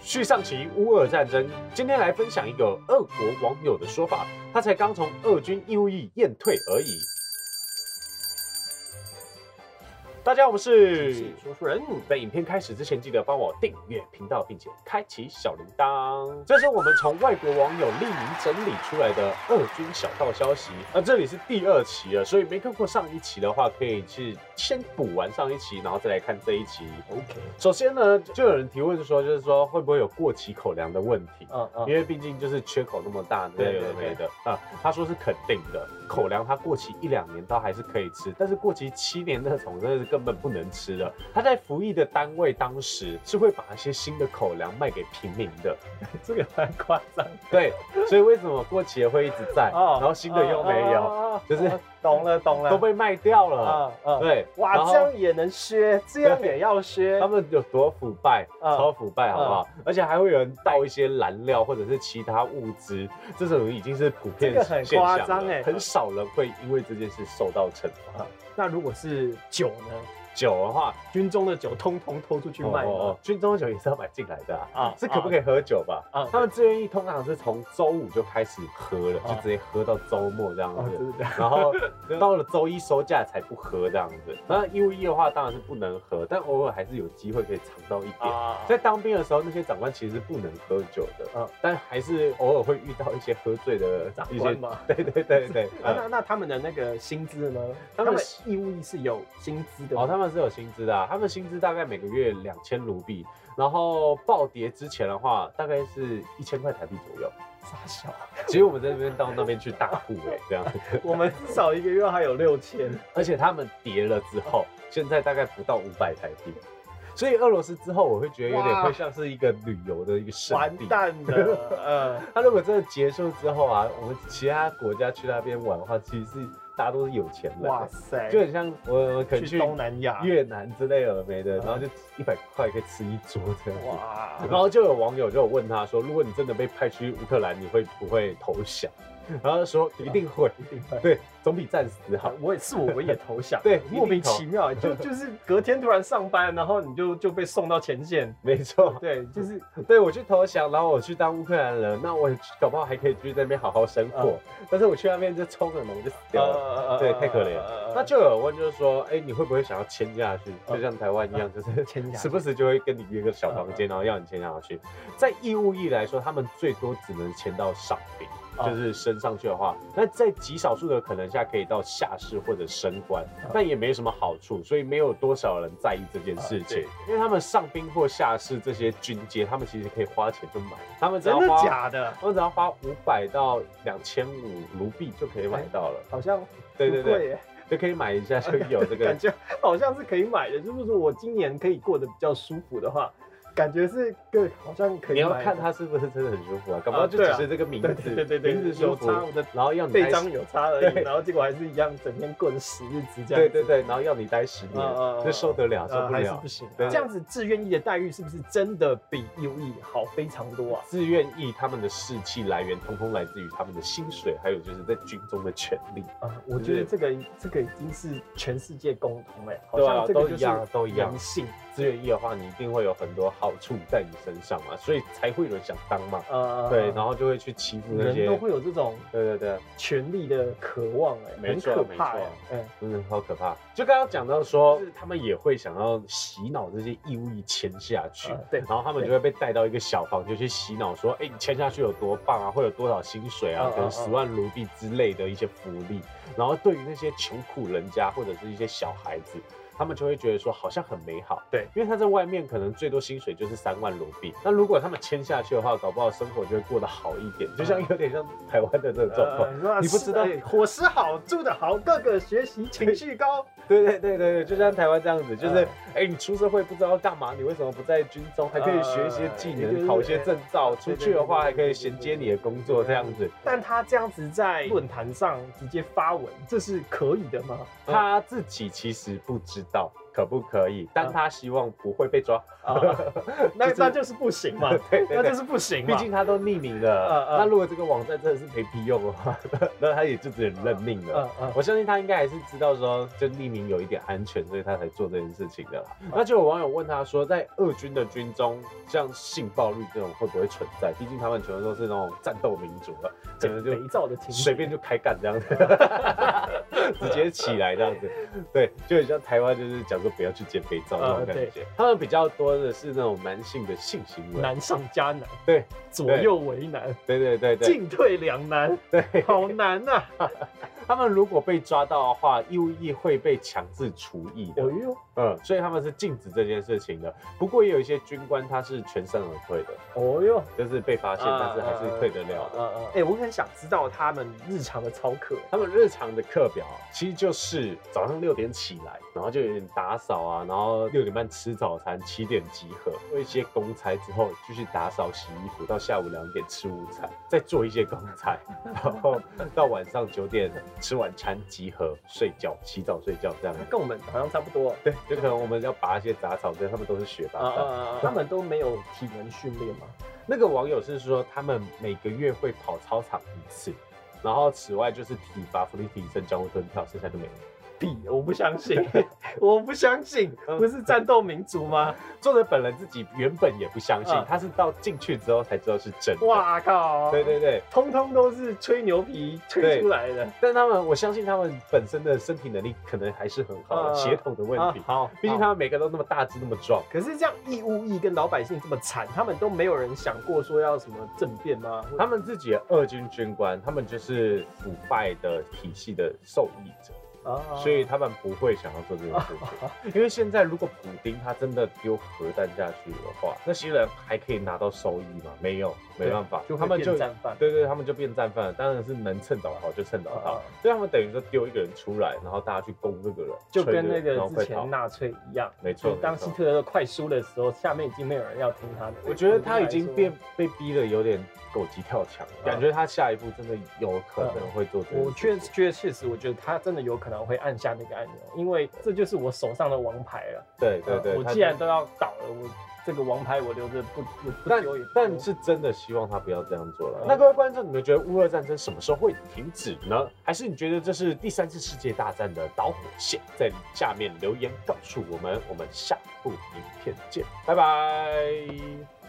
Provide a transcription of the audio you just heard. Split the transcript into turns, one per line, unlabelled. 续上期乌俄战争，今天来分享一个俄国网友的说法，他才刚从俄军义务役验退而已。大家好，我们是说书人。在影片开始之前，记得帮我订阅频道，并且开启小铃铛。这是我们从外国网友匿名整理出来的俄军小道消息，而这里是第二期了，所以没看过上一期的话，可以去先补完上一期，然后再来看这一期。
OK，
首先呢，就有人提问说，就是说会不会有过期口粮的问题？
嗯
因
嗯，
为毕竟就是缺口那么大，那
对
有的
对
没的啊。他说是肯定的，口粮它过期一两年倒还是可以吃，但是过期七年那种真的是根本不能吃的。他在服役的单位当时是会把一些新的口粮卖给平民的，
这个蛮夸张
对，所以为什么过期的会一直在，
哦
然后新的又没有，就
有
是
懂了懂了，
都被卖掉了。
啊啊，
对，然
哦哇，
后
这样也能削，这样也要削
他，们有多腐败，
嗯
超腐败，好不好？而且还会有人倒一些燃料或者是其他物资，这种已经是普遍
这个很
现象了
夸张欸嗯
很少人会因为这件事受到惩罚。
那如果是酒呢？
酒的话，
军中的酒通通偷出去
哦哦
卖吗
哦？军中酒也是要买进来的啊。
啊
是可不可以喝酒吧？
啊啊
他们自愿意通常是从周五就开始喝了，
啊
就直接喝到周末这样
哦，
子。
真的
然后到了周一收假才不喝这样子。那 U 一的话当然是不能喝，但偶尔还是有机会可以尝到一点。
啊
在当兵的时候，那些长官其实是不能喝酒的，
嗯
但还是偶尔会遇到一些喝醉的
长
一
官
些。
嘛。
对对对 对，
啊
嗯
那那他们的那个薪资呢？
他们
他们义务役是有薪资的
哦，
吗，
他们是有薪资的啊、他们薪资大概每个月两千卢币，然后暴跌之前的话，大概是一千块台币左 右。
傻小，
其实我们在那边到那边去大户哎、 这样，
我们至少一个月还有六千，
而且他们跌了之后，现在大概不到五百台币，所以俄罗斯之后，我会觉得有点
哇
会像是一个旅游的一个圣
完
地。
蛋了，呃。
他如果真的结束之后啊，我们其他国家去那边玩的话，其实是大家都是有钱人，
哇塞，
就很像我可能
去
去
东南亚，
越南之类的没的，
嗯
然后就一百块可以吃一桌 这样子。
哇，
然后就有网友就有问他说，如果你真的被派去乌克兰，你会不会投降？ 然后他说一定会，对，总比战死好。
我也是我，我也投降，
对
莫名
一定投
其妙，就 就是隔天突然上班，然后你就就被送到前线，
没错，
对，就是
对我去投降，然后我去当乌克兰人，那我搞不好还可以去那边好好生活。
嗯
但是我去那边就冲了我就死掉了。
呃
对太可怜
了
那就有人问，就是说，哎、你会不会想要签下去？
嗯
就像台湾一样，就是
签下去
时不时就会跟你约个小房间，
嗯
然后要你签下去。在义务役来说，他们最多只能签到上兵，
嗯
就是升上去的话，那在极少数的可能下可以到下士或者升官，
哦
但也没什么好处，所以没有多少人在意这件事情
嗯。
因为他们上兵或下士这些军阶，他们其实可以花钱就买，他们只要
真的
花，
假的？
他们只要花五百到两千五卢币就可以买到了。
好像
对对
不
对
哎贵。耶，
就可以买一下，就有这个
感觉好像是可以买的，就是说我今年可以过得比较舒服的话，感觉是个好像 可以
你要
买的
看它是不是真的很舒服啊，搞不好
啊
就
对
只
啊
是这个名字，
对对对对，
名字舒
有
服
差，我的
然后要你
背
待
章
十
有差而已，
对
然后结果还是一样，整天过着十日子这样。
对对对，然后要你待十年
嗯嗯，嗯
这受得了受
呃
不
还是
了
不？行。
对
这样子志愿役的待遇是不是真的比义务役好非常多啊？
自愿意他们的士气来源，通通来自于他们的薪水，还有就是在军中的权利，
啊，我觉得这个这个已经是全世界共同哎、好
对啊
像这
都
个
一
就是
样啊都一样
人性。
自愿意的话，你一定会有很多好处在你身上
嗯
嘛，所以才会有人想当嘛，
呃
对，然后就会去欺负那
人
些
都，会有这种
对对对。
权利的渴望哎、
没
很
错
可怕哎、嗯、
真的好可怕！就刚刚讲到说，就是他们也会想要洗脑这些义务役签下去，
呃对，
啊然后他们就会被带到一个小房间去洗脑，说，哎、你签下去有多棒啊，会有多少薪水啊，
嗯
可能
嗯
十万卢币之类的一些福利。然后对于那些穷苦人家或者是一些小孩子，他们就会觉得说好像很美好，
对，
因为他在外面可能最多薪水就是三万卢币，那如果他们签下去的话，搞不好生活就会过得好一点，就像
嗯
有点像台湾的这种状况。
呃那
你不知道
是哎伙食好，住得好，各个学习情绪高，
对对对对对，就像台湾这样子，就是
嗯
哎、你出社会不知道干嘛，你为什么不在军中还可以学一些技
呃就
能，
是
考一些证照， 出
对
去的话还
对对对
可以衔接你的工作这样子。
但他这样子在论坛上直接发文，这是可以的吗？
他自己其实不知道，可不可以？但他希望不会被抓，
啊， 那
就是
那就是不行嘛，
对对
那
对
就是不行嘛。
毕竟他都匿名了。
嗯嗯
那如果这个网站真的是没屁用的话，那他也就只能认命了。
嗯嗯
我相信他应该还是知道说，就匿名有一点安全，所以他才做这件事情的啦。那就有网友问他说，在俄军的军中，像性暴力这种会不会存在？毕竟他们全部都是那种战斗民族了，可能就
肥皂的情节
随便就开干这样子， 直接起来这样子，对，就很像台湾就是讲说不要去捡肥皂那种
啊
感
对
觉。他们比较多的是那种男性的性行为，
难上加难，
对，
左右为难，
对对对对
进退两难，
对，
好难啊呐、
他们如果被抓到的话，右翼会被强制除役的，
哎呦，
嗯，所以他们是禁止这件事情的。不过也有一些军官他是全身而退的，
哦呦，
就是被发现，
啊
但是还是退得了的。
嗯嗯，哎、我很想知道他们日常的操课。
他们日常的课表其实就是早上六点起来，然后就有点打扫啊，然后六点半吃早餐，七点集合，做一些公差之后继续打扫、洗衣服，到下午两点吃午餐，再做一些公 差，然后到晚上九点吃晚餐集合睡觉、洗澡睡觉这样子。
跟我们好像差不多，
对，就可能我们要拔一些杂草，对，他们都是学
啊
霸。
啊啊啊！他们都没有体能训练 嘛，
那个网友是说，他们每个月会跑操场一次，然后此外就是体罚、伏地挺身、交互蹲跳，剩下就没了。
比我不相信， 我不相信，
嗯
不是战斗民族 吗？
作者本人自己原本也不相信
嗯，
他是到进去之后才知道是真的。哇，
哇靠！
对，对对，
通通都是吹牛皮吹出来的。
但他们我相信他们本身的身体能力可能还是很好的，
嗯
血统的问题
啊。好，
毕竟
好。
他们每个都那么大只，那么壮。
可是这样义务役跟老百姓这么惨，他们都没有人想过说要什么政变吗？
他们自己的二军军官，他们就是腐败的体系的受益者。
啊
所以他们不会想要做这件事 情，因为现在如果补丁他真的丢核弹下去的话，那些人还可以拿到收益吗？没有，没办法，
就
他们就
战犯。
对对，他们就变战犯了，当然是能趁早逃就趁早逃
啊，
所以他们等于说丢一个人出来，然后大家去攻这个人，
就跟那
吹这人然后
个
快
之
逃
前纳粹一样，
没
就
错，
是当
没
希
错
特勒快输的时候，下面已经没有人要听他的。
我觉得他已经变
对
被逼的有点狗急跳墙了，
啊
感觉他下一步真的有可能会做这
嗯我
件
确
事
实
情。
确确实，我觉得他真的有可能会按下那个按钮，因为这就是我手上的王牌了。
对对对，
嗯我
他
既然都要倒了，我这个王牌我留着不不不
但
丢也不
但是真的希望他不要这样做了。
嗯
那各位观众，你们觉得乌俄战争什么时候会停止呢？还是你觉得这是第三次世界大战的导火线？在下面留言告诉我们，我们下部影片见，拜拜。